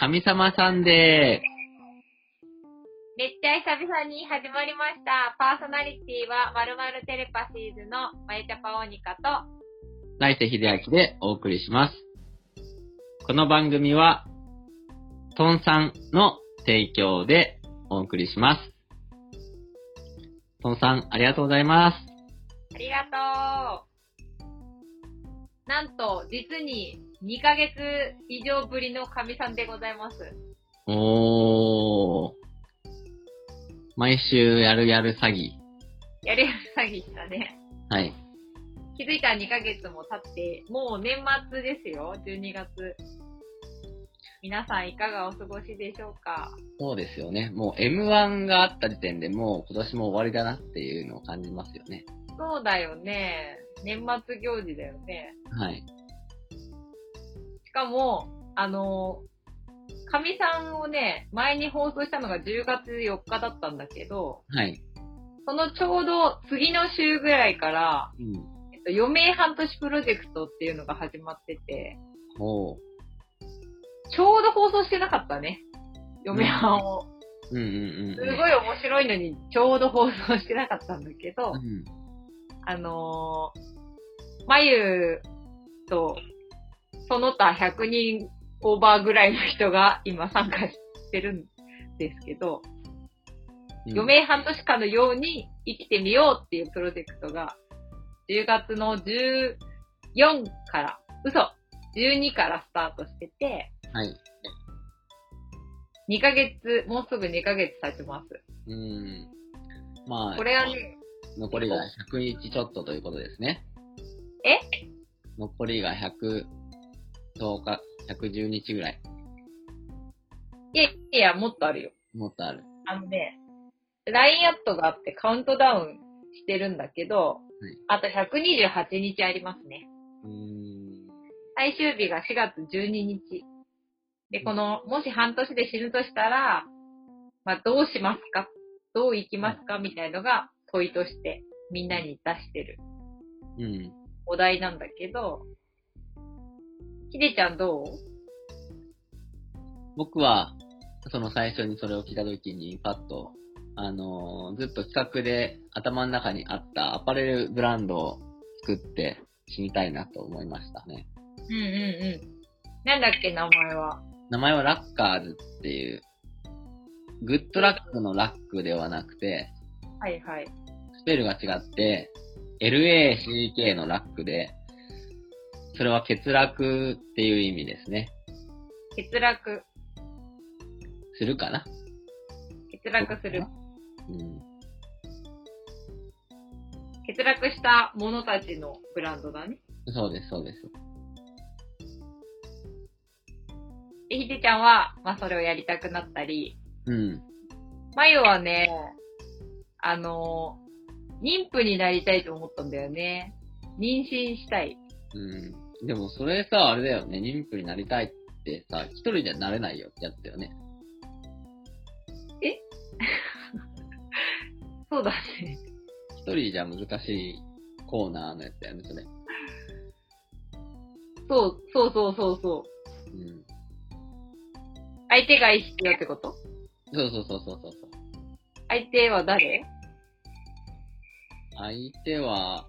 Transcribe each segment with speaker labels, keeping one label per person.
Speaker 1: 神様さんで
Speaker 2: めっちゃ久々に始まりました。パーソナリティは、まるまるテレパシーズのまゆちゃぱおにかと、
Speaker 1: 来世秀明でお送りします。この番組は、トンさんの提供でお送りします。トンさん、ありがとうございます。
Speaker 2: ありがとう。なんと、実に2ヶ月以上ぶりの神さんでございます。
Speaker 1: おー。毎週やるやる詐欺。
Speaker 2: やれる詐欺したね。
Speaker 1: はい。
Speaker 2: 気づいたら2ヶ月も経って、もう年末ですよ、12月。皆さんいかがお過ごしでしょうか
Speaker 1: そうですよね。もう M1 があった時点でもう今年も終わりだなっていうのを感じますよね。
Speaker 2: そうだよね。年末行事だよね。
Speaker 1: はい。
Speaker 2: しかも、あの、かみさんをね、前に放送したのが10月4日だったんだけど、
Speaker 1: はい。
Speaker 2: そのちょうど次の週ぐらいから、
Speaker 1: うん。
Speaker 2: えっと、余命半年プロジェクトっていうのが始まってて、
Speaker 1: おー。
Speaker 2: ちょうど放送してなかったね。余命半を。
Speaker 1: うんうんうんうん。
Speaker 2: すごい面白いのに、ちょうど放送してなかったんだけど、
Speaker 1: うん。
Speaker 2: あのー、まゆと、その他100人オーバーぐらいの人が今参加してるんですけど、余命半年間のように生きてみようっていうプロジェクトが、10月の14から、嘘、12からスタートしてて、
Speaker 1: はい。
Speaker 2: 2ヶ月、もうすぐ2ヶ月経ちます。
Speaker 1: うん。まあ、
Speaker 2: これはね、
Speaker 1: 残りが100日ちょっとということですね。
Speaker 2: え
Speaker 1: 残りが110日、110日ぐらい。
Speaker 2: いやいや、もっとあるよ。
Speaker 1: もっとある。
Speaker 2: あのね、LINE アットがあってカウントダウンしてるんだけど、あと128日ありますね。
Speaker 1: うーん。
Speaker 2: 最終日が4月12日。で、この、もし半年で死ぬとしたら、まあ、どうしますかどう生きますかみたいのが問いとしてみんなに出してる
Speaker 1: うん。
Speaker 2: お題なんだけど、ひでちゃんどう
Speaker 1: 僕は、その最初にそれを聞いたときに、パッと、あのーずっと企画で頭の中にあったアパレルブランドを作って死にたいなと思いましたね。
Speaker 2: うんうんうん。なんだっけ、名前は。
Speaker 1: 名前はラッカーズっていう、グッドラックのラックではなくて、
Speaker 2: はいはい。
Speaker 1: スペルが違って、LACK のラックで、それは欠落っていう意味ですね。
Speaker 2: 欠落。
Speaker 1: するかな
Speaker 2: 欠落する。。
Speaker 1: うん。
Speaker 2: 欠落した者たちのブランドだね。
Speaker 1: そうです、そうです。
Speaker 2: で、ひでちゃんは、まあ、それをやりたくなったり、
Speaker 1: うん。
Speaker 2: まゆはね、あのー、妊婦になりたいと思ったんだよね。妊娠したい。
Speaker 1: うん。でもそれさ、あれだよね。妊婦になりたいってさ、一人じゃなれないよってやつだよね。
Speaker 2: そうだね。
Speaker 1: 一人じゃ難しいコーナーのやつだよね、それ。
Speaker 2: そう、そうそうそうそう。
Speaker 1: うん。
Speaker 2: 相手が必要ってこと
Speaker 1: そうそうそうそうそうそう。
Speaker 2: 相手は誰
Speaker 1: 相手は、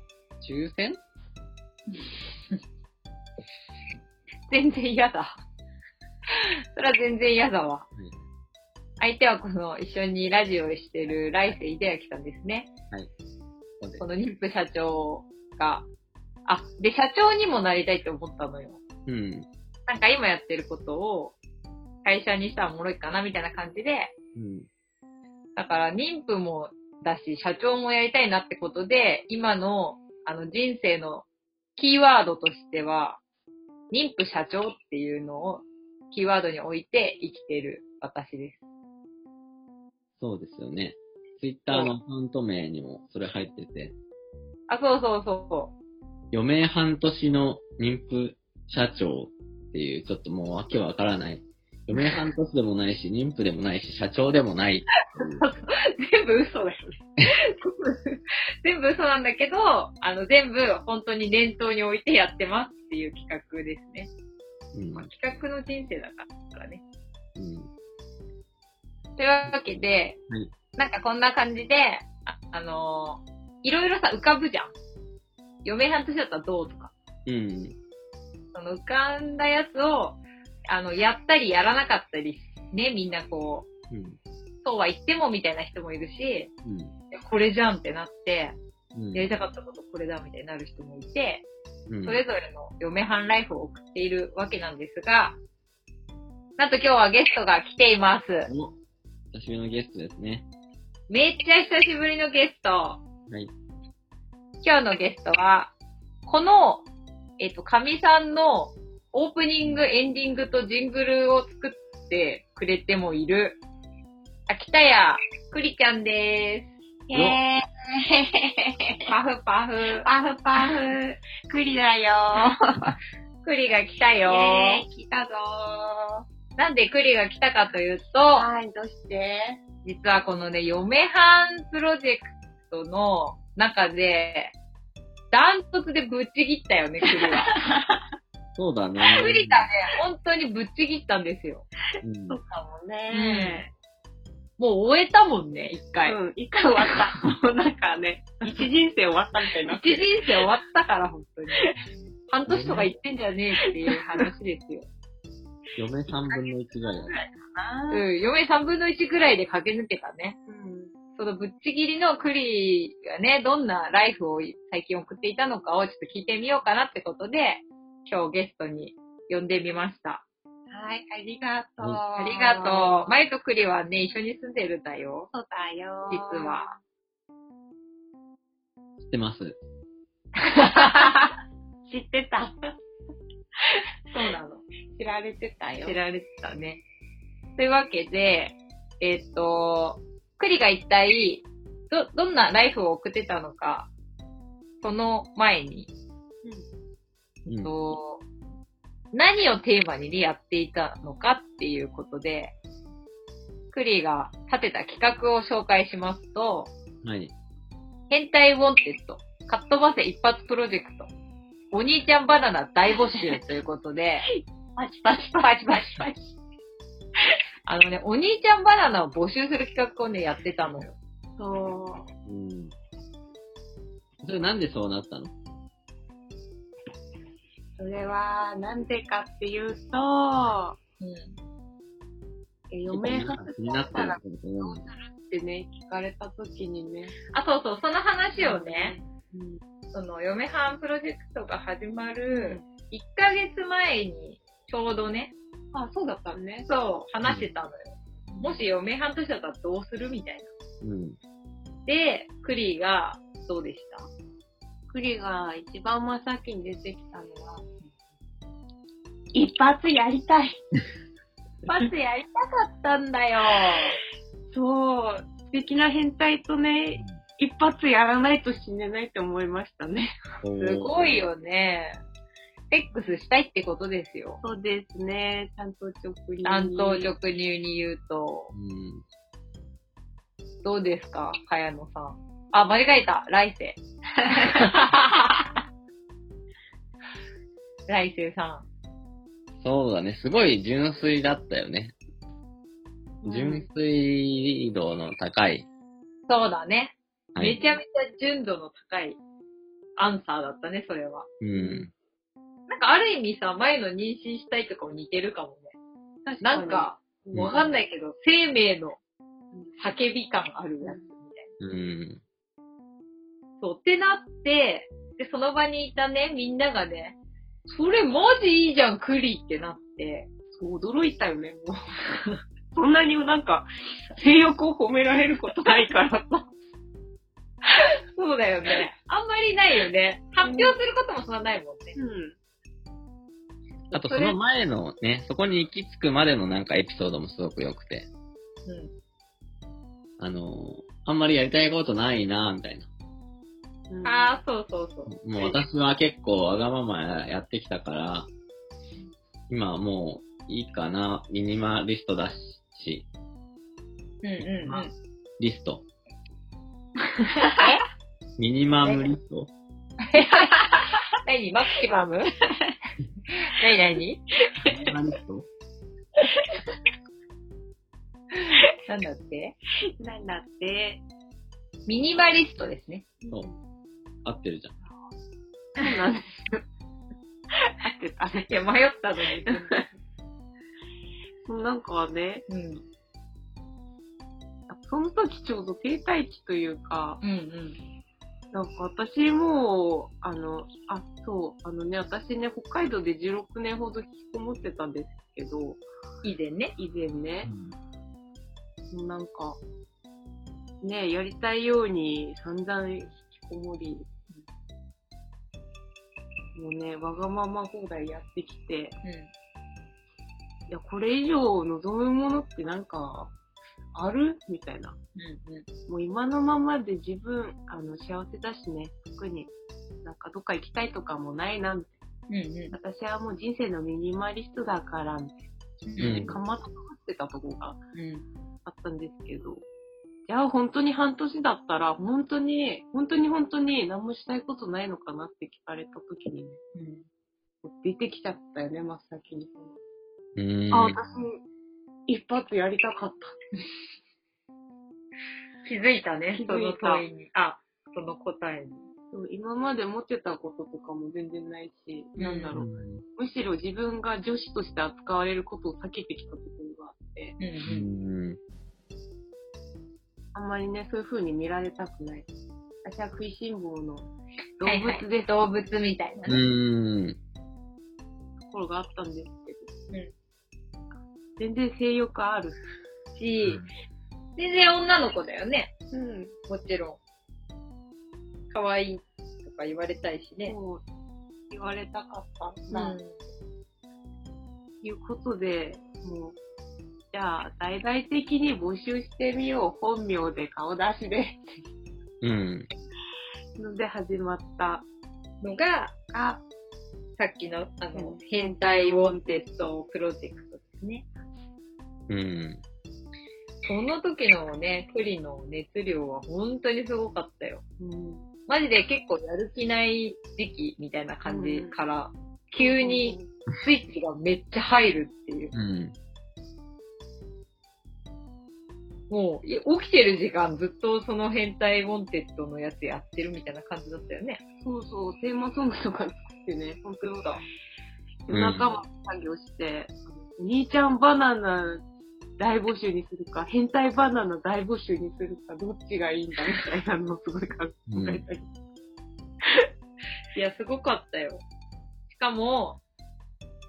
Speaker 1: 抽選
Speaker 2: 全然嫌だ。それは全然嫌だわ
Speaker 1: うん。
Speaker 2: 相手はこの一緒にラジオをしてる来世秀明さんですね。
Speaker 1: そうです
Speaker 2: この妊婦社長が、あ、で、社長にもなりたいって思ったのよ。
Speaker 1: うん。
Speaker 2: なんか今やってることを会社にしたらおもろいかなみたいな感じで、
Speaker 1: うん。
Speaker 2: だから妊婦もだし、社長もやりたいなってことで、今のあの人生のキーワードとしては、妊婦社長っていうのをキーワードに置いて生きてる私です。
Speaker 1: そうですよね。ツイッターのアカウント名にもそれ入ってて、
Speaker 2: あ、そうそうそう。
Speaker 1: 余命半年の妊婦社長っていう、ちょっともうわけわからない。余命半年でもないし、妊婦でもないし、社長でもないっていう。
Speaker 2: 全部嘘だよね。全部嘘なんだけど、あの、全部本当に念頭に置いてやってますっていう企画ですね。
Speaker 1: うん
Speaker 2: まあ、企画の人生だからね。
Speaker 1: うん
Speaker 2: というわけで、
Speaker 1: はい
Speaker 2: なんかこんな感じで、あ、あのーいろいろさ、浮かぶじゃん。嫁半年だったらどうとか。
Speaker 1: うん。
Speaker 2: その浮かんだやつを、あの、やったりやらなかったり、ね、みんなこう、
Speaker 1: うん。
Speaker 2: そうは言ってもみたいな人もいるし、い
Speaker 1: うん。
Speaker 2: やこれじゃんってなって、
Speaker 1: うん
Speaker 2: やりたかったことこれだみたいになる人もいて、
Speaker 1: うん
Speaker 2: それぞれの嫁半ライフを送っているわけなんですが、なんと今日はゲストが来ています。
Speaker 1: お久しぶりのゲストですね。
Speaker 2: めっちゃ久しぶりのゲスト。
Speaker 1: はい。
Speaker 2: 今日のゲストは、この、えっ、と、神さんのオープニング、エンディングとジングルを作ってくれてもいる、秋田屋くりちゃんで
Speaker 3: イェーイ
Speaker 2: す。パフパフ。
Speaker 3: パフパフクリだよ
Speaker 2: くりが来た
Speaker 3: ー
Speaker 2: よ。
Speaker 3: イェーイ来たぞ
Speaker 2: なんでくりが来たかという
Speaker 3: ー
Speaker 2: と、
Speaker 3: はい、どうして
Speaker 2: 実はこのね、嫁はんプロジェクトの中で、ダントツでぶっちぎったよね、くりは。
Speaker 1: そうだね。
Speaker 2: くりがね、本当にぶっちぎったんですよ。
Speaker 1: うん
Speaker 3: そうかもね
Speaker 2: もう終えたもんね、一回。
Speaker 3: うん、一回終わった。もうなんかね、一人生終わったみたいになって
Speaker 2: 一人
Speaker 3: る。
Speaker 2: 生終わったから、本当に。半年とか言ってんじゃねえっていう話ですよ。
Speaker 1: 嫁3分の1ぐらいだね。
Speaker 2: うん、嫁3分の1ぐらいで駆け抜けたね。
Speaker 3: うん
Speaker 2: そのぶっちぎりのクリがね、どんなライフを最近送っていたのかをちょっと聞いてみようかなってことで、今日ゲストに呼んでみました。
Speaker 3: はい、ありがとう。
Speaker 1: うん
Speaker 2: ありがとう。マユとクリはね、一緒に住んでるんだよ。
Speaker 3: う。そうだよー
Speaker 2: 実。は。
Speaker 1: 知ってます。
Speaker 3: 知ってた。
Speaker 2: そうなの。
Speaker 3: 知られてたよ
Speaker 2: 知。られてたね。というわけで、えっ、と、クリが一体、ど、どんなライフを送ってたのか、その前に、
Speaker 1: うん。
Speaker 2: と何をテーマにね、やっていたのかっていうことで、クリが立てた企画を紹介しますと、
Speaker 1: はい。
Speaker 2: 変態ウォンテッド、カットバセ一発プロジェクト、お兄ちゃんバナナ大募集ということで、
Speaker 3: パチパチ
Speaker 2: パチパチパチ。あのね、お兄ちゃんバナナを募集する企画をね、やってたのよ。
Speaker 3: そう。
Speaker 1: うん。それなんでそうなったの
Speaker 3: それは、なんでかっていうと、
Speaker 2: うん。
Speaker 3: え嫁
Speaker 1: な
Speaker 3: は
Speaker 1: んか気になってるってこと
Speaker 3: どう
Speaker 1: 思
Speaker 3: するってね、聞かれた時にね。
Speaker 2: あ、そうそう、その話をね、
Speaker 3: うん。
Speaker 2: その、嫁はんプロジェクトが始まる、1ヶ月前に、ちょうどね、
Speaker 3: あ、そうだったね。
Speaker 2: そう、話してたのよ。もし嫁はんとしてだったらどうするみたいな。
Speaker 1: うん。
Speaker 2: で、クリーが、どうでした
Speaker 3: 栗が一番真っ先に出てきたのは、一発やりたい。
Speaker 2: パスやりたかったんだよ。
Speaker 3: そう。素敵な変態とね、一発やらないと死ねないって思いました ね。
Speaker 2: すごい。よね。セックスしたいってことですよ。
Speaker 3: そうですね。担当直に。
Speaker 2: 担当直入に言うと。
Speaker 1: うん。
Speaker 2: どうですか、かやのさん。あ、間違えた。来世。 来世さ
Speaker 1: そうだね。すごい純粋だったよね。純粋度の高い。
Speaker 2: ん。そうだね。
Speaker 1: はい
Speaker 2: めちゃめちゃ純度の高いアンサーだったね、それは。
Speaker 1: うん。
Speaker 2: なんかある意味さ、前の妊娠したいとかも似てるかもね。なんか、
Speaker 3: う。
Speaker 2: わかんないいけど、生命の叫び感あるやつみたいな。
Speaker 1: うん。
Speaker 2: そう、ってなって、で、その場にいたね、みんながね、それマジいいじゃん、クリってなって。
Speaker 3: そう驚いたよね、 もう。そんなになんか、性欲を褒められることないからさ。
Speaker 2: そうだよね。あんまりないよね。発表することもそんなないもんね。
Speaker 3: うん。
Speaker 1: あとその前のね、そこに行き着くまでのなんかエピソードもすごく良くて。
Speaker 2: う
Speaker 1: あの、あんまりやりたいことないな、みたいな。
Speaker 3: うん
Speaker 2: ああ、そうそうそう。
Speaker 1: もう私は結構わがままやってきたから、今はもういいかな、ミニマリストだし、
Speaker 2: うんうんうん。
Speaker 1: リスト。ミニマムリスト
Speaker 2: 何マキシマム 何何
Speaker 1: ミニマリスト
Speaker 2: なんだって
Speaker 3: なんだって。
Speaker 2: ミニマリストですね。
Speaker 1: そう合ってるじゃん。
Speaker 3: そうなんです。合ってたね
Speaker 2: い。や、迷ったの に。
Speaker 3: なんかね、
Speaker 2: うん。
Speaker 3: その時ちょうど停滞期というか、
Speaker 2: うんうん。
Speaker 3: なんか私も、あの、あ、そう、あのね、私ね、北海道で16年ほど引きこもってたんですけど、
Speaker 2: 以前ね。
Speaker 3: 以前ね、もうなんか、ね、やりたいように散々引きこもり、もうね、わがまま放題やってきて、いや、これ以上望むものってなんか、あるみたいな。
Speaker 2: うん。うんうん。
Speaker 3: もう今のままで自分、あの、幸せだしね、特に、なんかどっか行きたいとかもないな、みた
Speaker 2: うんう
Speaker 3: いな私はもう人生のミニマリストだから、みたい
Speaker 2: ん。
Speaker 1: うん
Speaker 3: なかまってかってたとこが
Speaker 2: うん。
Speaker 3: あったんですけど、じゃあ本当に半年だったら、本当に、本当に本当に何もしたいことないのかなって聞かれた時にね、
Speaker 2: うん。
Speaker 3: 出てきちゃったよね、真っ先に。
Speaker 1: うーん。
Speaker 3: あ、私、一発やりたかっ
Speaker 2: 気づいたね
Speaker 3: 気づい、た
Speaker 2: その問いに。あ、その答えに。
Speaker 3: た。そう今まで持ってたこととかも全然ないし、
Speaker 2: うん
Speaker 3: なんだろう。
Speaker 1: う
Speaker 3: むしろ自分が女子として扱われることを避けてきたところがあって、
Speaker 2: うんうん。
Speaker 1: ん。
Speaker 3: あんまりね、そういう風に見られたくない。私は食いしん坊の動
Speaker 2: はいはい
Speaker 3: 物です
Speaker 2: 動物みたい
Speaker 1: う
Speaker 2: なね。
Speaker 1: ーん。
Speaker 3: ところがあったんですけど、
Speaker 2: うん
Speaker 3: 全然性欲ある。
Speaker 2: し、全然女の子だよね。
Speaker 3: うん。
Speaker 2: もちろん。可愛いとか言われたいしね。
Speaker 3: う、言われたかった
Speaker 2: うん
Speaker 3: だ、いうことで、もう、じゃあ、大々的に募集してみよう。本名で顔出しで。
Speaker 1: うん。
Speaker 3: ので始まった
Speaker 2: のが、
Speaker 3: が、
Speaker 2: さっきの、あの、
Speaker 3: うん
Speaker 2: 変態ウォンテッドプロジェクトですね。
Speaker 1: うん。
Speaker 2: その時のね、プリの熱量は本当にすごかったよ。
Speaker 3: うん、
Speaker 2: マジで結構やる気ない時期みたいな感じから、急にスイッチがめっちゃ入るっていう。
Speaker 1: うん。
Speaker 2: もう、い起きてる時間ずっとその変態ウォンテッドのやつやってるみたいな感じだったよね。
Speaker 3: そうそう、テーマソングとか作ってね、本当に
Speaker 1: うん
Speaker 3: 夜中は作業して、お兄ちゃんバナナ大募集にするか、変態バナナ大募集にするか、どっちがいいんだみたいなのをすごい考えたり。
Speaker 2: いや、すごかったよ。しかも、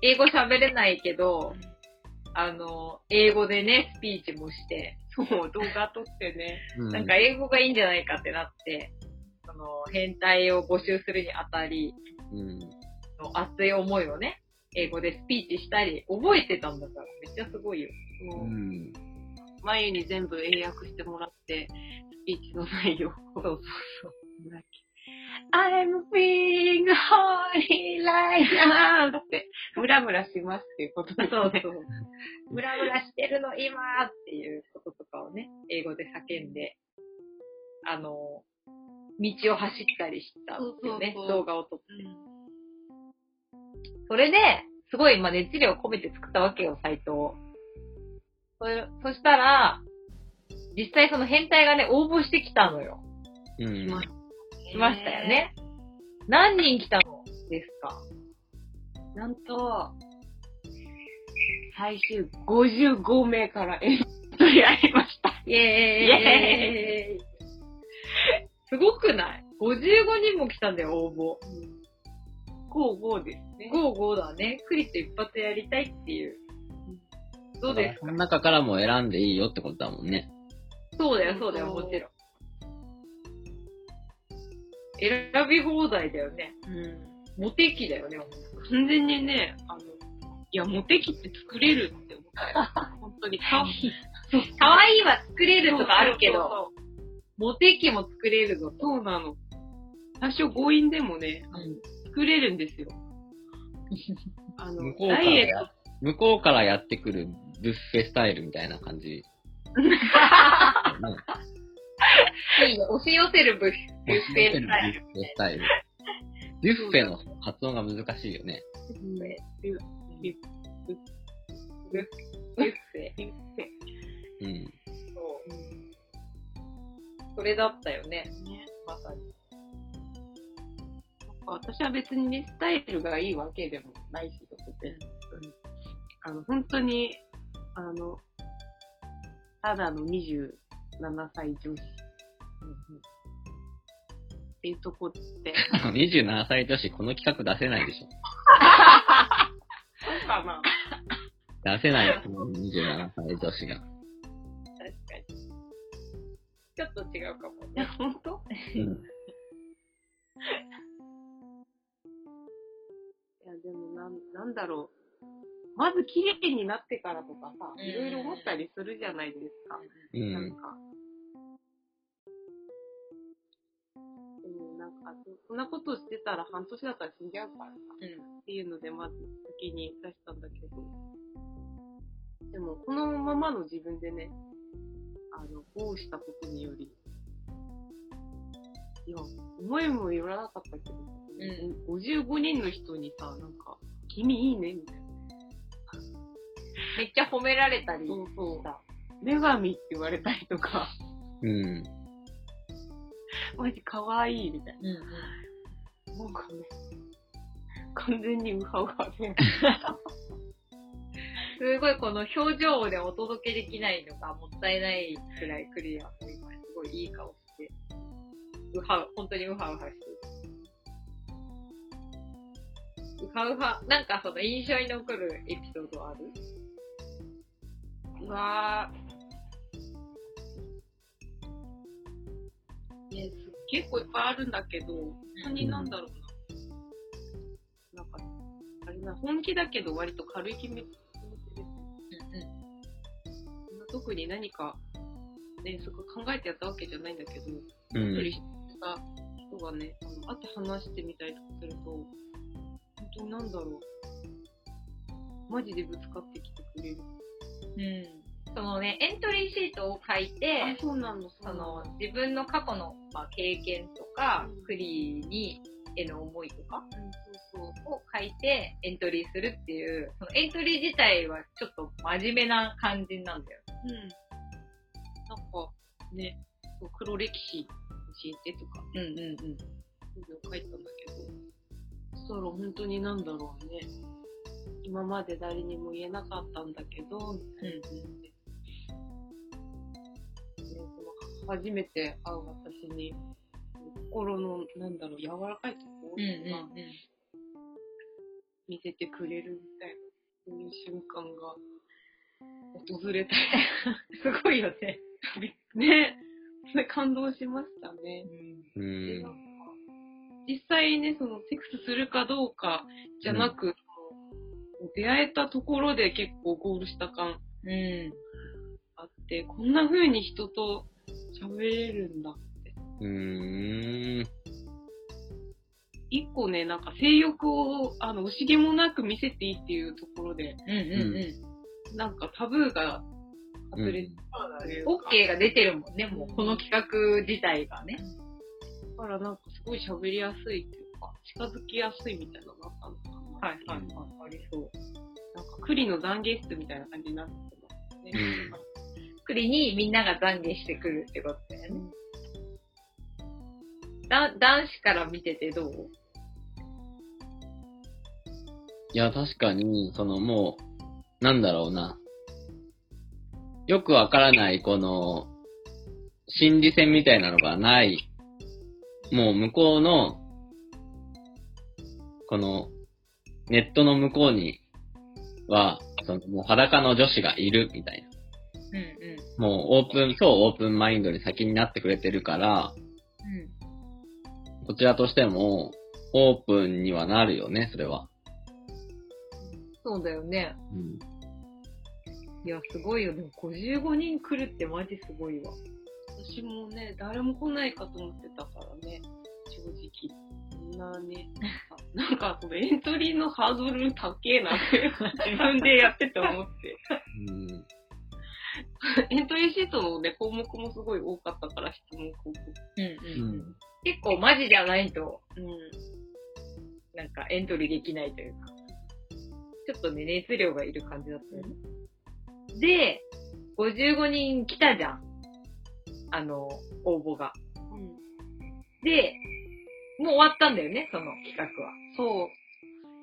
Speaker 2: 英語喋れないけど、あの、英語でね、スピーチもして、
Speaker 3: そう、動画撮ってね。
Speaker 1: うん。
Speaker 2: なんか英語がいいんじゃないかってなって、その、変態を募集するにあたり
Speaker 1: うん。
Speaker 2: の熱い思いをね、英語でスピーチしたり、覚えてたんだから、めっちゃすごいよ。
Speaker 1: う。
Speaker 3: もうん眉に全部英訳してもらって、スピーチの内容を。
Speaker 2: そうそうそう。
Speaker 3: I'm being horny right now! って、ムラムラしますっていうこと
Speaker 2: そ
Speaker 3: で
Speaker 2: う
Speaker 3: す
Speaker 2: そう
Speaker 3: ね。。
Speaker 2: ムラムラしてるの今っていうこととかをね、英語で叫んで、あの、道を走ったりしたっていうね、
Speaker 3: そうそうそう
Speaker 2: 動画を撮って。それで、すごい、まあ、熱量を込めて作ったわけよ、サイトを。それそしたら、実際その変態がね、応募してきたのよ。
Speaker 1: うん。
Speaker 2: 来ましたよ。ね。何人来たのですか
Speaker 3: なんと、最終55名からエントリーありました。
Speaker 2: イェーイ
Speaker 3: イ
Speaker 2: すごくない ?55 人も来たんだよ、応募。
Speaker 3: 55ですね。
Speaker 2: 55だね。クリット一発やりたいっていう。どうです
Speaker 1: その中からも選んでいいよってことだもんね。
Speaker 2: そうだよ、そうだよ、もちろん。選び放題だよね。
Speaker 3: うん
Speaker 2: モテ期だよね、ほんと
Speaker 3: 完全にね、あの、いや、モテキって作れるって思ったよ。本当に。か
Speaker 2: 可愛いは作れるとかあるけど、モテ期も作れるぞと。
Speaker 3: そうなの。多少強引でもね、あの作れるん ですよ。あの
Speaker 1: 向こ、
Speaker 3: ダ
Speaker 1: うから
Speaker 3: イエッ
Speaker 1: や向こうからやってくるブッフェスタイルみたいな感 じ。
Speaker 2: いいよ押し寄せるブッ
Speaker 1: ブ
Speaker 2: フェスタイル。
Speaker 1: ッフェスタイル。ビュッフェの発音が難しいよね。
Speaker 3: トうん
Speaker 2: ね
Speaker 3: ビュッ
Speaker 2: ビュッフ
Speaker 3: ビュ
Speaker 2: ェ。
Speaker 3: ッフェ
Speaker 1: うん。
Speaker 2: そう
Speaker 3: うん
Speaker 2: それだったよね。
Speaker 3: ね
Speaker 2: まさに。
Speaker 3: 私は別にね、スタイルがいいわけでもないし、別にあの、本当に、あの、ただの27歳女子。っていうとこって、
Speaker 1: あの27歳女子、この企画出せないでしょ。
Speaker 3: そうかな
Speaker 1: 出せない、この27歳女子が。
Speaker 2: 確かに。ちょっと違うかも
Speaker 3: いや
Speaker 2: ね。、
Speaker 3: 本当
Speaker 1: うん。
Speaker 3: いや、でもなん、なんだろう。まず綺麗になってからとかさ、
Speaker 2: うん
Speaker 3: いろいろ思ったりするじゃないですか。
Speaker 1: う
Speaker 3: なん
Speaker 1: ん。
Speaker 3: か。でもなんか、そんなことしてたら半年だったら死んじゃうからさ、っていうので、まず先に出したんだけど。でも、このままの自分でね、あの、こうしたことにより、いや、思いもよらなかったけど、
Speaker 2: う
Speaker 3: 55人の人にさ、なんか、君いいね、みたいな。
Speaker 2: めっちゃ褒められたり
Speaker 3: そうそう
Speaker 2: した。
Speaker 3: 女神って言われたりとか、
Speaker 1: うん。
Speaker 3: マジ可愛い、みたいな。
Speaker 2: うんうん。
Speaker 3: なんかね、完全にウハウハで。
Speaker 2: すごいこの表情でお届けできないのがもったいないくらいクリアも今すごいいい顔して、うはう、本当にうはうはしてる。うはうは、なんかその印象に残るエピソードあるうわ
Speaker 3: ね、結構いっぱいあるんだけど、本当になんだろうな。なんか、あれな、本気だけど割と軽い気持ちですね。
Speaker 2: ー
Speaker 3: 特に何か、ね、すごい考えてやったわけじゃないんだけど、
Speaker 1: う
Speaker 3: 一人
Speaker 1: ん。
Speaker 3: した人がね、あの会って話してみたりとかすると、本当になんだろう。マジでぶつかってきてくれる。
Speaker 2: うん。そのね、エントリーシートを書いて、
Speaker 3: あ、そうなの、そう
Speaker 2: そ
Speaker 3: なの
Speaker 2: の。自分の過去の、まあ、経験とか
Speaker 3: うん、
Speaker 2: クリーにへの思いとか
Speaker 3: うんそうそう。
Speaker 2: を書いてエントリーするっていう、そのエントリー自体はちょっと真面目な感じなんだよ。
Speaker 3: うん。なんか、ね、そう黒歴史教えてとか、
Speaker 2: うんうんうん。
Speaker 3: そういうの書いたんだけど、そしたら本当になんだろうね。今まで誰にも言えなかったんだけど、みたいな感じで。ねその初めて会う私に、心の、なんだろう、柔らかいところが見せてくれるみたいな、そういう瞬間が訪れたり
Speaker 2: すごいよね。
Speaker 3: ね、それ感動しましたね。
Speaker 1: う
Speaker 3: でなん
Speaker 1: ん
Speaker 3: か。実際ね、そのセックスするかどうかじゃなく、その出会えたところで結構ゴールした感
Speaker 2: うん。
Speaker 3: あって、こんな風に人と喋れるんだ。
Speaker 1: うーん。
Speaker 3: 一個ね、なんか性欲を、あの、惜しげもなく見せていいっていうところで、
Speaker 2: うんうんうん。
Speaker 3: なんかタブーが外れてたというか、
Speaker 2: オッケーが出てるもんね、もうこの企画自体がね。
Speaker 3: だからなんかすごい喋りやすいっていうか、近づきやすいみたいなのがあったのかな。
Speaker 2: はいはいはい。ありそう。
Speaker 3: なんか栗の懺悔室みたいな感じになってますね。
Speaker 1: うん
Speaker 2: クリにみんなが懺悔してくるってことだよね。だ男子から見ててどう
Speaker 1: いや、確かに、そのもう、なんだろうな。よくわからない、この、心理戦みたいなのがない。もう向こうの、この、ネットの向こうには、その、もう裸の女子がいる、みたいな。
Speaker 2: うんうん。
Speaker 1: もうオープン、超オープンマインドに先になってくれてるから、こちらとしても、オープンにはなるよね、それは。
Speaker 2: そうだよね。
Speaker 1: うん。
Speaker 2: いや、すごいよ。でも55人来るってマジすごいわ。
Speaker 3: 私もね、誰も来ないかと思ってたからね、正直。そんなね、なんかそのエントリーのハードル高えなって、自分でやってて思 って。
Speaker 1: うん。
Speaker 3: エントリーシートのね、項目もすごい多かったから、質問項目。
Speaker 2: うん
Speaker 1: う
Speaker 2: うん。
Speaker 1: ん。
Speaker 2: 結構マジじゃないと、
Speaker 3: うん。
Speaker 2: なんかエントリーできないというか、ちょっとね、熱量がいる感じだったよね。で、55人来たじゃん。あの、応募が。
Speaker 3: うん、
Speaker 2: で、もう終わったんだよね、その企画は。
Speaker 3: そう。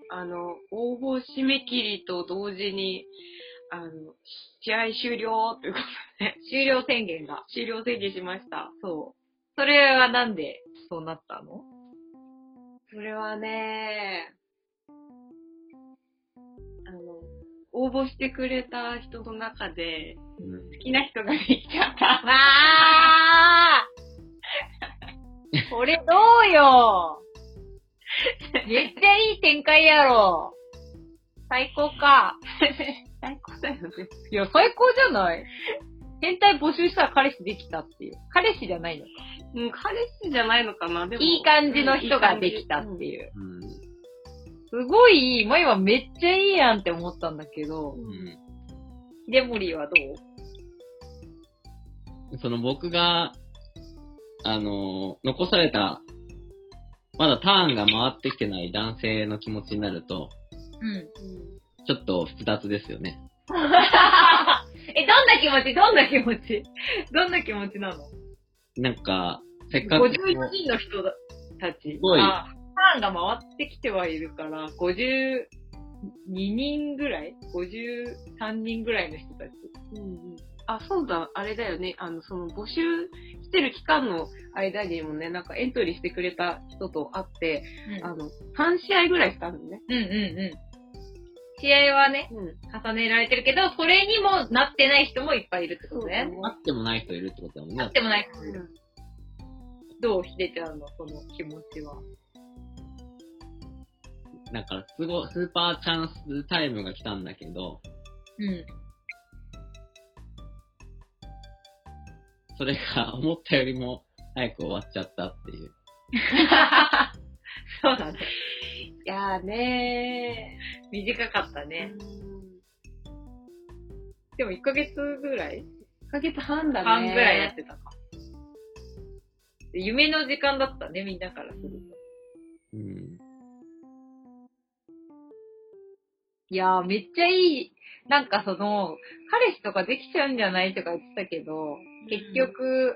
Speaker 3: あの、応募締め切りと同時に、あの、試合終了ということ
Speaker 2: 終了宣言が。
Speaker 3: 終了宣言しました。
Speaker 2: そう。それはなんでそうなったの
Speaker 3: それはね、あの、応募してくれた人の中で、
Speaker 1: うん
Speaker 3: 好きな人ができちゃった。
Speaker 2: わあこれどうよめっちゃいい展開やろ最高か。
Speaker 3: 最高だよね。
Speaker 2: いや、最高じゃない変態募集したら彼氏できたっていう。彼氏じゃないのか。
Speaker 3: うん、彼氏じゃないのかなでも。
Speaker 2: いい感じの人ができたって
Speaker 3: い
Speaker 2: いう。
Speaker 1: うん。
Speaker 2: すごいいい。前はめっちゃいいやんって思ったんだけど
Speaker 3: う、ん。
Speaker 1: う。
Speaker 2: 秀森はどうん
Speaker 1: その僕が、あの、残された、まだターンが回ってきてない男性の気持ちになると、
Speaker 2: うん。
Speaker 3: うん
Speaker 1: ちょっと複雑ですよね。
Speaker 2: え、どんな気持ちどんな気持ちどんな気持ちなの
Speaker 1: なんか、せっかく、
Speaker 2: ?54 人の人たち
Speaker 1: すごい
Speaker 2: あターンが回ってきてはいるから、52人ぐらい ?53 人ぐらいの人たち。
Speaker 3: うんうんあ、そうだ、あれだよね。あの、その、募集してる期間の間にもね、なんかエントリーしてくれた人と会って、あの、3試合ぐらいしたのね。
Speaker 2: うんうんうん。試合はね、
Speaker 3: うん。
Speaker 2: 重ねられてるけど、それにもなってない人もいっぱいいるってこ
Speaker 3: そ
Speaker 2: と
Speaker 3: うだ
Speaker 2: ね
Speaker 3: ね。。
Speaker 1: あってもない人いるってことだもん
Speaker 2: なっ
Speaker 1: ね。
Speaker 2: てもない。
Speaker 3: うん
Speaker 2: どう、ひでちゃんのその気持ちは。
Speaker 1: だから、すご、スーパーチャンスタイムが来たんだけど、
Speaker 2: うん。
Speaker 1: それが思ったよりも早く終わっちゃったっていう。
Speaker 2: そうなんだ。
Speaker 3: いやーね
Speaker 2: 短かった
Speaker 3: ー。
Speaker 2: ね。
Speaker 3: うん
Speaker 2: でも1ヶ月ぐらい
Speaker 3: 1ヶ月半だね。
Speaker 2: 半ぐらいやってたか。で夢の時間だったね、みんなからすると。
Speaker 1: うん。
Speaker 2: いやー、めっちゃいい。なんかその、彼氏とかできちゃうんじゃないとか言ってたけど、結局、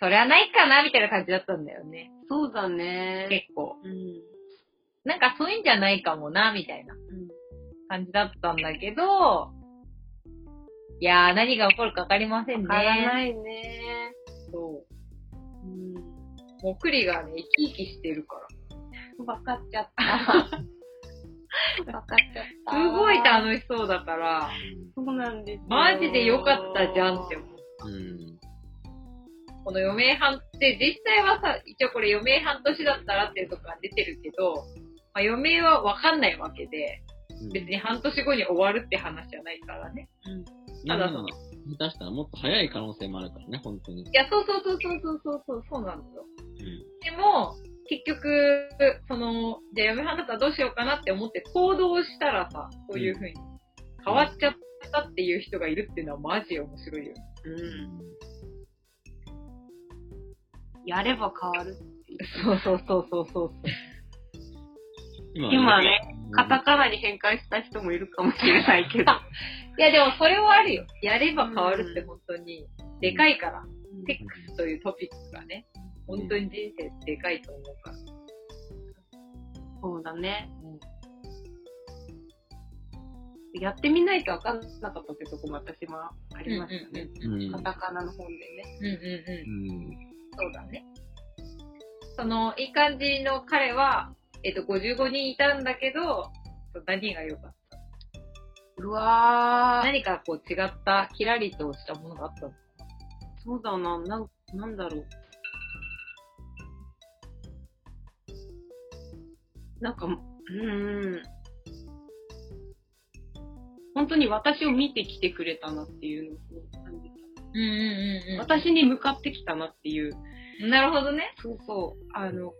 Speaker 2: そりゃないかな、みたいな感じだったんだよね。
Speaker 3: そうだね
Speaker 2: 結構。
Speaker 3: ー。うん。
Speaker 2: なんかそういうんじゃないかもな、みたいな感じだったんだけど、いやー、何が起こるかわかりませんね。
Speaker 3: わからないね
Speaker 2: そ
Speaker 3: ー。うん。
Speaker 2: う。もう栗がね、生き生きしてるから。
Speaker 3: わかっちゃ った。わかっちゃった。
Speaker 2: すごい楽しそうだから、
Speaker 3: そうなんですよ
Speaker 2: マジでよかったじゃんって思う。
Speaker 1: うん。
Speaker 2: この余命半、で、実際はさ、一応これ余命半年だったらっていうとこが出てるけど、まあ、余命はわかんないわけで、
Speaker 1: うん
Speaker 2: 別に半年後に終わるって話じゃないからね。ただ
Speaker 1: なんなら下手したらもっと早い可能性もあるからね、本当に。
Speaker 2: いや、そうそうそうそうそうそうそう、そうなんです
Speaker 1: う
Speaker 2: よ。
Speaker 1: ん。
Speaker 2: でも、結局、その、じゃあ嫁はんだったらどうしようかなって思って行動したらさ、そういう風に変わっちゃったっていう人がいるっていうのはマジ面白いよね。
Speaker 3: うん。やれば変わる。
Speaker 2: そうそうそうそうそう。
Speaker 1: 今
Speaker 3: 今ね、
Speaker 1: うん
Speaker 3: カタカナに変換した人もいるかもしれないけど。
Speaker 2: いやでもそれはあるよ。やれば変わるって本当に、でかいから。セックスというトピックがね、本当に人生でかいと思うから。
Speaker 3: そうだね。やってみないとわかんなかったってとこも私もありましたね。
Speaker 1: うん。
Speaker 3: カタカナの本でね。
Speaker 2: うんうんう
Speaker 1: う。ん。
Speaker 2: そうだね。その、いい感じの彼は、えっと、55人いたんだけど、何が良かった
Speaker 3: うわー。
Speaker 2: 何かこう違った、キラリとしたものがあったの
Speaker 3: そうだな。なん、なんだろう。なんか、うーん。本当に私を見てきてくれたなっていうのを感じた。
Speaker 2: うんうんうんうん
Speaker 3: 私に向かってきたなっていう。
Speaker 2: うん。なるほどね。
Speaker 3: そうそう。あの、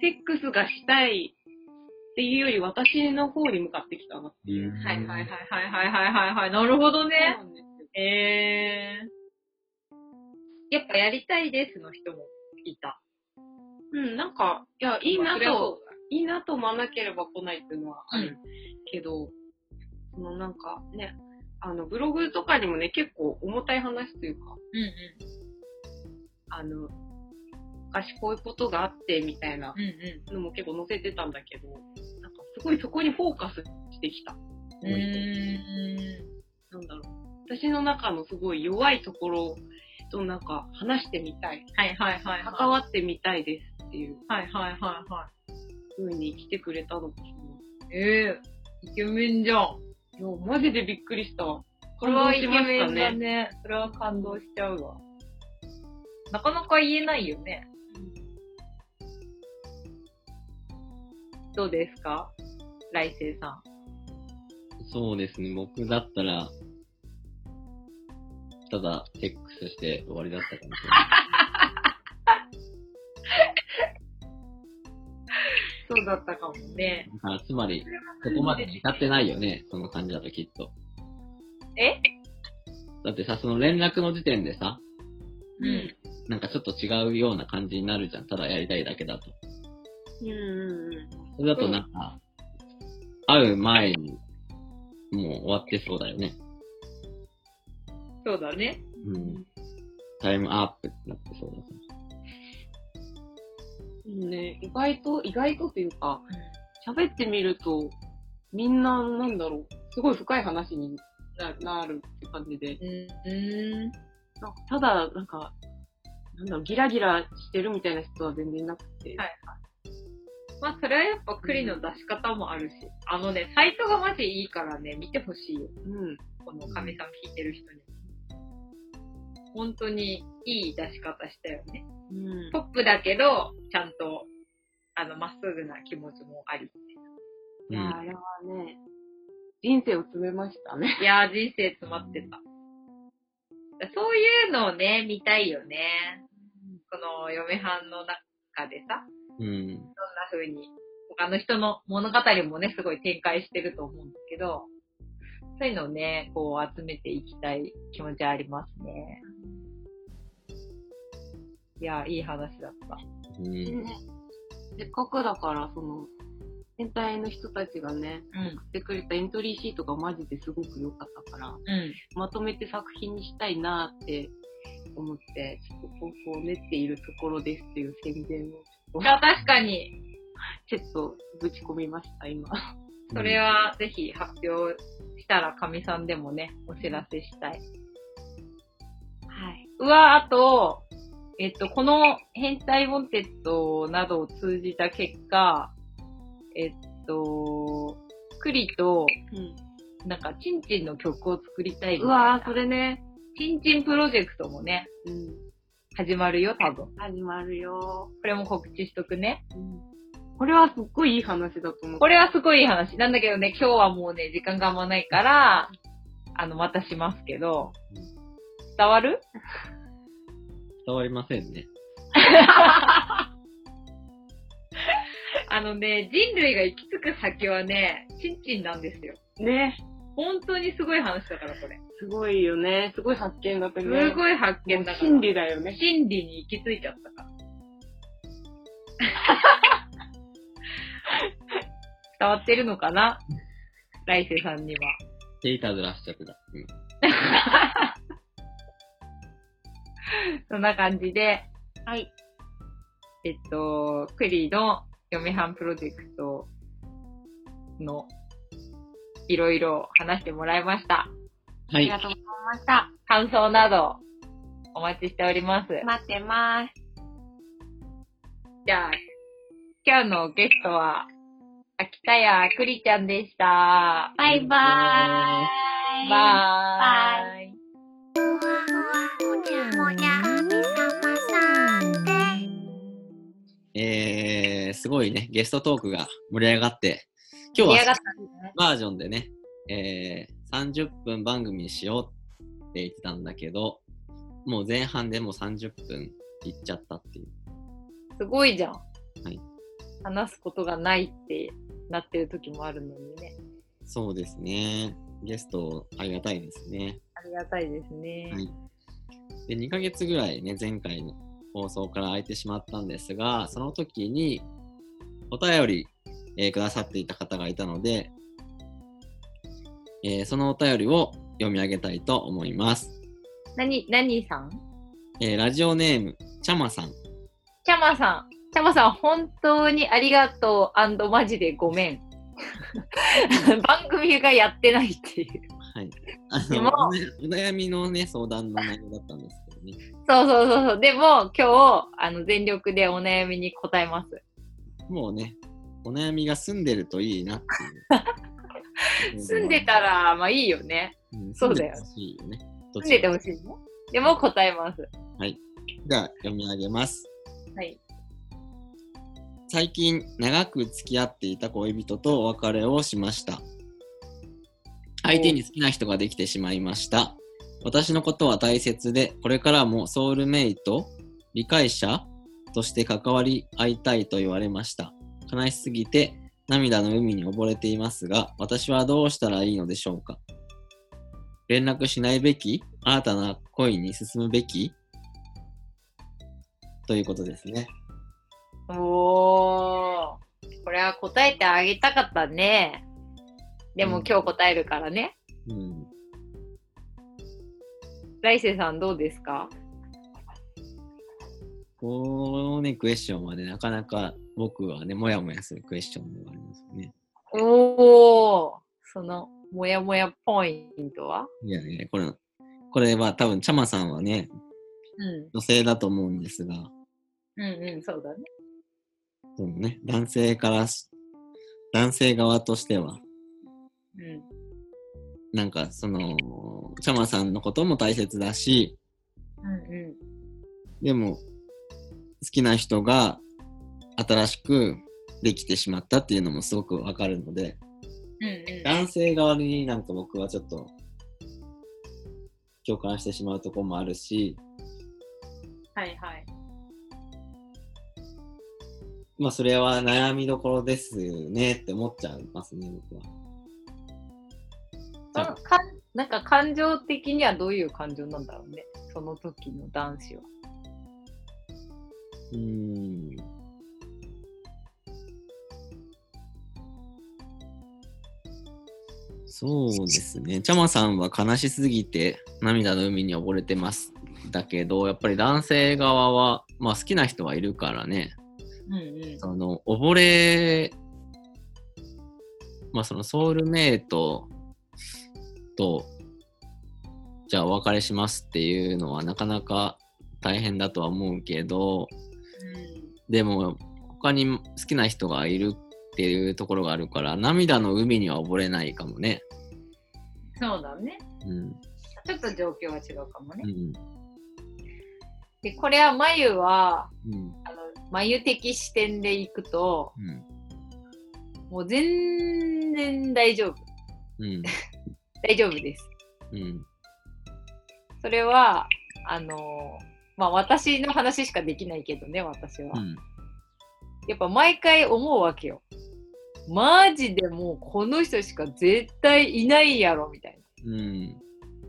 Speaker 3: セックスがしたいっていうより私の方に向かってきたなっていう。
Speaker 2: はいはいはいはいはいはいはいはい。なるほどね。
Speaker 3: そうなんですよ
Speaker 2: えー。やっぱやりたいですの人もいた。
Speaker 3: うん、なんか、いや、いい
Speaker 2: まあ
Speaker 3: な
Speaker 2: そりゃ
Speaker 3: と
Speaker 2: そ、
Speaker 3: いいなと思わなければ来ないっていうのはあ
Speaker 2: う
Speaker 3: るけど、そのなんかね、あの、ブログとかにもね、結構重たい話というか、
Speaker 2: うんうん。
Speaker 3: あの、昔こういうことがあってみたいな
Speaker 2: うんう
Speaker 3: のも結構載せてたんだけど、なんかすごいそこにフォーカスしてきた。
Speaker 2: ん。う
Speaker 3: なんだろう。私の中のすごい弱いところとなんか話してみたい。
Speaker 2: ーん。はいはいはいはい。
Speaker 3: 関わってみたいですっていう
Speaker 2: はいはいはいは
Speaker 3: 風に来てくれたのも
Speaker 2: い。えー、イケメンじゃん。
Speaker 3: いや、マジでびっくりした。
Speaker 2: これはイケ
Speaker 3: 感動し
Speaker 2: メ
Speaker 3: ま
Speaker 2: ン
Speaker 3: した
Speaker 2: だ
Speaker 3: ね。
Speaker 2: ね。それは感動しちゃうわ。なかなか言えないよね。どうですか来世さん。
Speaker 1: そうですね、僕だったら、ただ、セックスして終わりだったかもしれない。
Speaker 2: そうだったかもね。
Speaker 1: だ からつまり、そこまで至ってないよね、その感じだときっと。
Speaker 2: え
Speaker 1: だってさ、その連絡の時点でさ、
Speaker 2: うん。
Speaker 1: なんかちょっと違うような感じになるじゃん。ただやりたいだけだと。
Speaker 3: うんうんうん。
Speaker 1: それだとなんか、会う前に、もう終わってそうだよね。
Speaker 2: そうだね。
Speaker 1: うん。タイムアップってなってそうだね。
Speaker 3: うんね、意外と、意外とっていうか、喋ってみると、みんな、なんだろう、すごい深い話にななるって感じで、
Speaker 2: うん。う
Speaker 3: なんかただ、なんか、なんだろう、ギラギラしてるみたいな人は全然いなくて、
Speaker 2: はいん。まあ、それはやっぱ栗の出し方もあるし。あのね、サイトがマジいいからね、見てほしいよ。
Speaker 3: うん。
Speaker 2: この神さん聞いてる人に。本当にいい出し方したよね。
Speaker 3: うん
Speaker 2: ポップだけど、ちゃんと、あの、まっすぐな気持ちもあり。
Speaker 3: いや、あれはね、人生を詰めました ね。
Speaker 2: いやー、人生詰まってた。そういうのをね、見たいよね。この嫁はんの中でさ、
Speaker 1: うん。うん。
Speaker 2: どんな風に、他の人の物語もね、すごい展開してると思うんですけど、そういうのをね、こう集めていきたい気持ちはありますね。いやー、いい話だった。
Speaker 1: うん。
Speaker 3: ねせっかくだから、その、全体の人たちがね、
Speaker 2: うん。
Speaker 3: 送ってくれたエントリーシートがマジですごく良かったから、
Speaker 2: うん。
Speaker 3: まとめて作品にしたいなって思って、ちょっと方向を練っているところですっていう宣伝を
Speaker 2: いや、確かに、
Speaker 3: ちょっとぶち込みました、今。
Speaker 2: それはぜひ発表したら、かみさんでもね、お知らせしたい。はい。うわ、あと、えっと、この変態ボンテッドなどを通じた結果、えっと、クリと、なんか、チンチンの曲を作りたいみた
Speaker 3: う
Speaker 2: いな
Speaker 3: わぁ、それね。
Speaker 2: チンチンプロジェクトもね、
Speaker 3: うん。
Speaker 2: 始まるよ、多分。
Speaker 3: 始まるよ、
Speaker 2: これも告知しとくね。
Speaker 3: これはすっごいいい話だと思う。
Speaker 2: これはすごいいい話。なんだけどね、今日はもうね、時間があんまないから、あの、またしますけど
Speaker 1: うん、
Speaker 2: 伝わる
Speaker 1: 伝わりませんね。
Speaker 2: あのね、人類が行き着く先はね、チンチンなんですよ。
Speaker 3: ね。
Speaker 2: 本当にすごい話だから、これ。
Speaker 3: すごいよね。すごい発見だったね。
Speaker 2: すごい発見
Speaker 3: も
Speaker 2: だ
Speaker 3: う
Speaker 2: から。
Speaker 3: 真理だよね。
Speaker 2: 真理に行き着いちゃったから。伝わってるのかな来世さんには。
Speaker 1: 手いたずらしちゃってた。うん。
Speaker 2: そんな感じで、
Speaker 3: はい。
Speaker 2: えっと、クリの嫁はんプロジェクトのいろいろ話してもらいました。
Speaker 1: は
Speaker 3: あ
Speaker 1: い
Speaker 3: り。がとうございました。
Speaker 2: 感想などお待ちしております。
Speaker 3: 待ってます。
Speaker 2: じゃあ、今日のゲストは、秋田屋クリちゃんでした。
Speaker 3: バイバーイ。
Speaker 2: バーイ。
Speaker 4: もじゃもじゃあみさまさんで
Speaker 1: えー、すごいね、ゲストトークが盛り上がって、今
Speaker 2: 盛り
Speaker 1: 日
Speaker 2: 上が
Speaker 1: は
Speaker 2: ったんじゃない
Speaker 1: バージョンでね、えー、30分番組にしようっていったんだけど、もう前半でもう30分いっちゃったっていう。
Speaker 2: すごいじゃん。
Speaker 1: い
Speaker 2: 話すことがないってなってる時もあるのにね。
Speaker 1: そうですね。ゲストありがたいですね。
Speaker 2: ありがたいですね。
Speaker 1: はいで、2ヶ月ぐらいね、前回の放送から空いてしまったんですが、その時にお便り、えーくださっていた方がいたので、えーそのお便りを読み上げたいと思います。
Speaker 2: 何、何さん
Speaker 1: えーラジオネーム、ちゃまさん。
Speaker 2: チャマさん。チャマさん、本当にありがとうマジでごめ ん。番組がやってないっていう。
Speaker 1: はい。あ
Speaker 2: で
Speaker 1: の
Speaker 2: も
Speaker 1: お悩お悩みのね、相談の内容だったんですけどね。
Speaker 2: そうそうそうそう。でも、今日、あの、全力でお悩みに答えます。
Speaker 1: もうね、お悩みが住んでるといいなって いう。
Speaker 2: 住んでたら、まあいいよね。
Speaker 1: うん、
Speaker 2: そうだよ
Speaker 1: 住んでほしいよね。どっ
Speaker 2: 住ん
Speaker 1: ち
Speaker 2: でて
Speaker 1: か
Speaker 2: ほしいね。でも、答えます。
Speaker 1: じゃあ読み上げます。
Speaker 2: はい。
Speaker 1: 最近長く付き合っていた恋人とお別れをしました相手に好きな人ができてしまいました私のことは大切でこれからもソウルメイト理解者として関わり合いたいと言われました悲しすぎて涙の海に溺れていますが私はどうしたらいいのでしょうか連絡しないべき新たな恋に進むべきということですね
Speaker 2: おー。これは答えてあげたかったね。で
Speaker 1: う
Speaker 2: も
Speaker 1: ん
Speaker 2: 今日答えるからね。
Speaker 1: うん
Speaker 2: 来世さんどうですか
Speaker 1: このね、クエスチョンはね、なかなか僕はね、もやもやするクエスチョンではありますよね。
Speaker 2: おー。その、もやもやポイントはい
Speaker 1: やいや、これ、これは多分、チャマさんはね、
Speaker 2: う
Speaker 1: 女性だと思うんですが、
Speaker 2: ん。うんうん、そうだね。
Speaker 1: そのね、男性からし、男性側としては、
Speaker 2: うん。
Speaker 1: なんかその、チャマさんのことも大切だし、
Speaker 2: うんうん。
Speaker 1: でも、好きな人が新しくできてしまったっていうのもすごくわかるので、
Speaker 2: うんうん
Speaker 1: 男性側になんか僕はちょっと共感してしまうとこもあるし、
Speaker 2: はいはい。
Speaker 1: まあそれは悩みどころですねって思っちゃいますね、僕は。
Speaker 2: そのかんなんか感情的にはどういう感情なんだろうね。その時の男子は。
Speaker 1: うーん。そうですね。ちゃまさんは悲しすぎて涙の海に溺れてます。だけど、やっぱり男性側は、まあ好きな人はいるからね。
Speaker 2: うんうん。
Speaker 1: その、溺れ、まあそのソウルメイトと、じゃあお別れしますっていうのはなかなか大変だとは思うけど、でも他に好きな人がいるっていうところがあるから、涙の海には溺れないかもね。
Speaker 2: そうだね。
Speaker 1: うん。
Speaker 2: ちょっと状況は違うかもね
Speaker 1: う。ん。
Speaker 2: で、これは眉は、
Speaker 1: うん。
Speaker 2: あの、眉的視点でいくと、
Speaker 1: うん。
Speaker 2: もう全然大丈夫。
Speaker 1: うん。
Speaker 2: 大丈夫です。
Speaker 1: うん。
Speaker 2: それは、あの、まあ私の話しかできないけどね、私は。
Speaker 1: うん。
Speaker 2: やっぱ毎回思うわけよ。マジでもうこの人しか絶対いないやろみたい
Speaker 1: うん。
Speaker 2: な。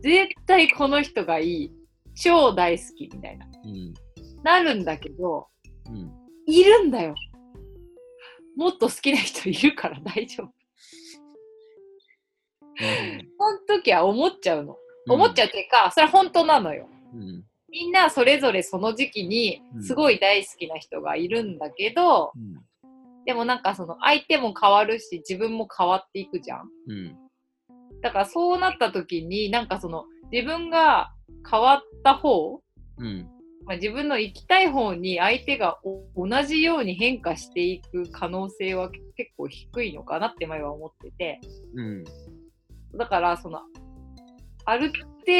Speaker 2: 絶対この人がいい。超大好きみたいな。
Speaker 1: うん。
Speaker 2: なるんだけど、
Speaker 1: うん。
Speaker 2: いるんだよ。もっと好きな人いるから大丈夫。その時は思っちゃうの。思っち
Speaker 1: ゃ
Speaker 2: ゃうっていうか、それは本当なのよ。
Speaker 1: うん。うん。
Speaker 2: みんなそれぞれその時期に
Speaker 1: うん
Speaker 2: すごい大好きな人がいるんだけど、でもなんかその相手も変わるし自分も変わっていくじゃん。
Speaker 1: うん。
Speaker 2: だからそうなった時になんかその自分が変わった方、
Speaker 1: うん。
Speaker 2: まあ、自分の行きたい方に相手がお同じように変化していく可能性は結構低いのかなって前は思ってて
Speaker 1: うん。
Speaker 2: だからそのある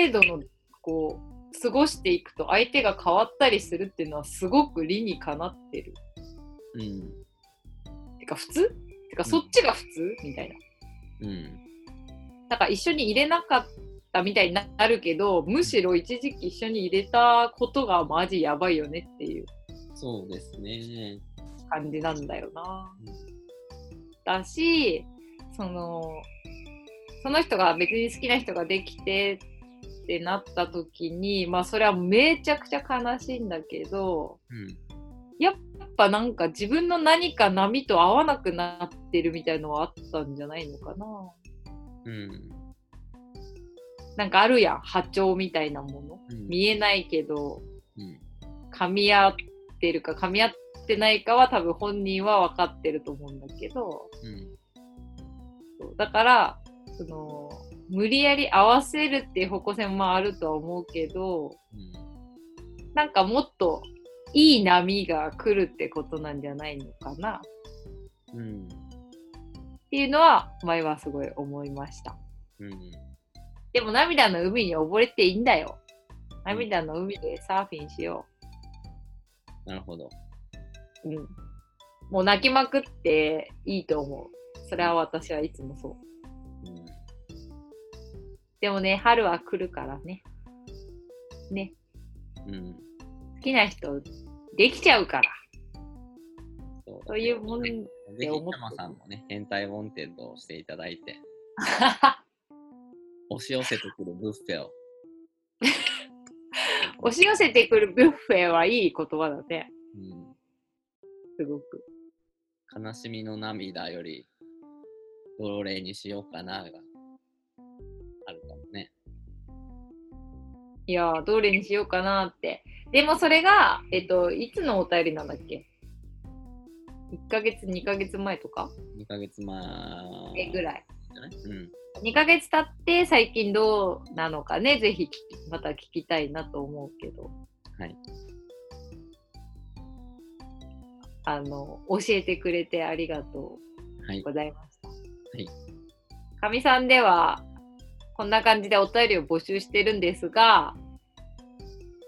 Speaker 2: 程度のこう過ごしていくと相手が変わったりするっていうのはすごく理にかなってる。
Speaker 1: うん。
Speaker 2: てか普通てかそっちが普通みたいな。
Speaker 1: うん。
Speaker 2: なんか一緒に入れなかったったみたいになるけど、むしろ一時期一緒に入れたことがマジやばいよねっていう
Speaker 1: そうですね。
Speaker 2: 感じなんだよな
Speaker 1: うん。
Speaker 2: だし、その、その人が別に好きな人ができてってなった時に、まあそれはめちゃくちゃ悲しいんだけど、
Speaker 1: うん。
Speaker 2: やっぱなんか自分の何か波と合わなくなってるみたいのはあったんじゃないのかな。
Speaker 1: うん。
Speaker 2: なんかあるやん、波長みたいなもの。
Speaker 1: うん
Speaker 2: 見えないけど、
Speaker 1: うん。
Speaker 2: 噛み合ってるか噛み合ってないかは多分本人は分かってると思うんだけど、
Speaker 1: うん。
Speaker 2: そうだから、その、無理やり合わせるっていう方向性もあるとは思うけど、
Speaker 1: うん。
Speaker 2: なんかもっといい波が来るってことなんじゃないのかな。
Speaker 1: うん。
Speaker 2: っていうのは前はすごい思いました。
Speaker 1: うん。
Speaker 2: でも涙の海に溺れていいんだよ。涙の海でサーフィンしよ
Speaker 1: なるほど。
Speaker 2: う。うん。もう泣きまくっていいと思う。それは私はいつもそう。
Speaker 1: うん。
Speaker 2: でもね、春は来るからね。ね、
Speaker 1: うん。
Speaker 2: 好きな人できちゃうから。
Speaker 1: そうだ
Speaker 2: と
Speaker 1: ね
Speaker 2: いうもん。
Speaker 1: ぜひ、
Speaker 2: て思って
Speaker 1: タマさんもね、変態ウォンテッドをしていただいて、押し寄せてくるブッフェ を。
Speaker 2: 押し寄せてくるブッフェはいい言葉だね。
Speaker 1: うん。
Speaker 2: すごく。
Speaker 1: 悲しみの涙より、奴隷にしようかな、が、あるかもね。
Speaker 2: いやー、どれにしようかなって。でもそれが、えっと、いつのお便りなんだっけ ?1 ヶ月、2ヶ月前とか
Speaker 1: 2ヶ月前
Speaker 2: えぐ
Speaker 1: い
Speaker 2: らい。
Speaker 1: じゃないうん。
Speaker 2: 2ヶ月経って最近どうなのかね、ぜひ聞きまた聞きたいなと思うけど。
Speaker 1: はい。
Speaker 2: あの、教えてくれてありがと
Speaker 1: はい。。
Speaker 2: うございました。はいかみさんでは、こんな感じでお便りを募集してるんですが、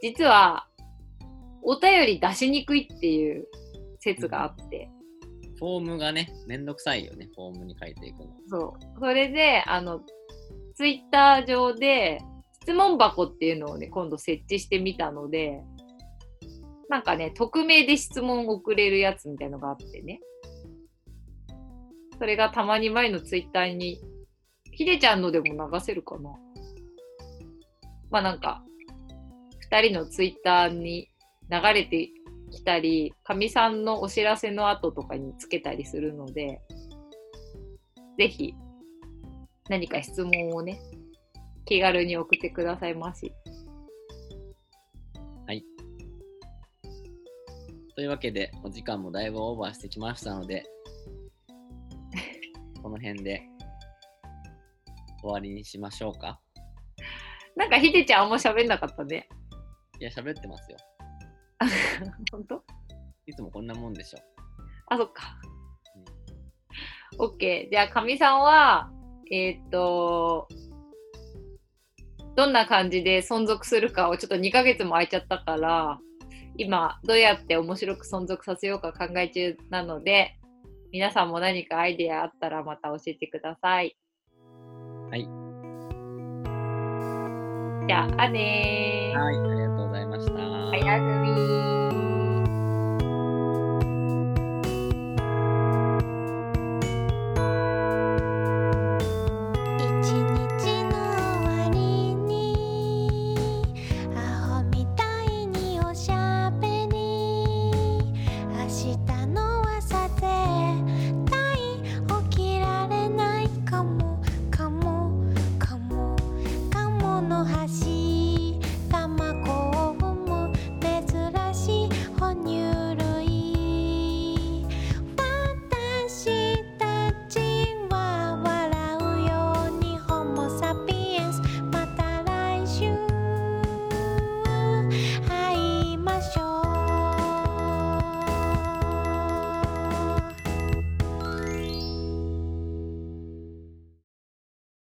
Speaker 2: 実は、お便り出しにくいっていう説があって、
Speaker 1: フォームがね、めんどくさいよね、フォームに書いていくの。
Speaker 2: そう。それで、あの、ツイッター上で、質問箱っていうのをね、今度設置してみたので、なんかね、匿名で質問を送れるやつみたいのがあってね。それがたまに前のツイッターに、ひでちゃんのでも流せるかな。まあなんか、二人のツイッターに流れてきたり、かみさんのお知らせの後とかにつけたりするので、ぜひ、何か質問をね、気軽に送ってくださいまし。
Speaker 1: というわけで、お時間もだいぶオーバーしてきましたの で、この辺で終わりにしましょうか。
Speaker 2: なんか、ひでちゃんあんま喋んなかったね。
Speaker 1: いや、喋ってますよ。
Speaker 2: ほんと
Speaker 1: いつもこんなもんでしょ。
Speaker 2: あ、そっか。OK。じゃあ、かみさんは、えーっと、どんな感じで存続するかをちょっと2ヶ月も空いちゃったから、今、どうやって面白く存続させようか考え中なので、皆さんも何かアイデアあったらまた教えてください。
Speaker 1: はい。
Speaker 2: じゃあ、あねー。
Speaker 1: はい、ありがとうございました。
Speaker 2: おやすみー。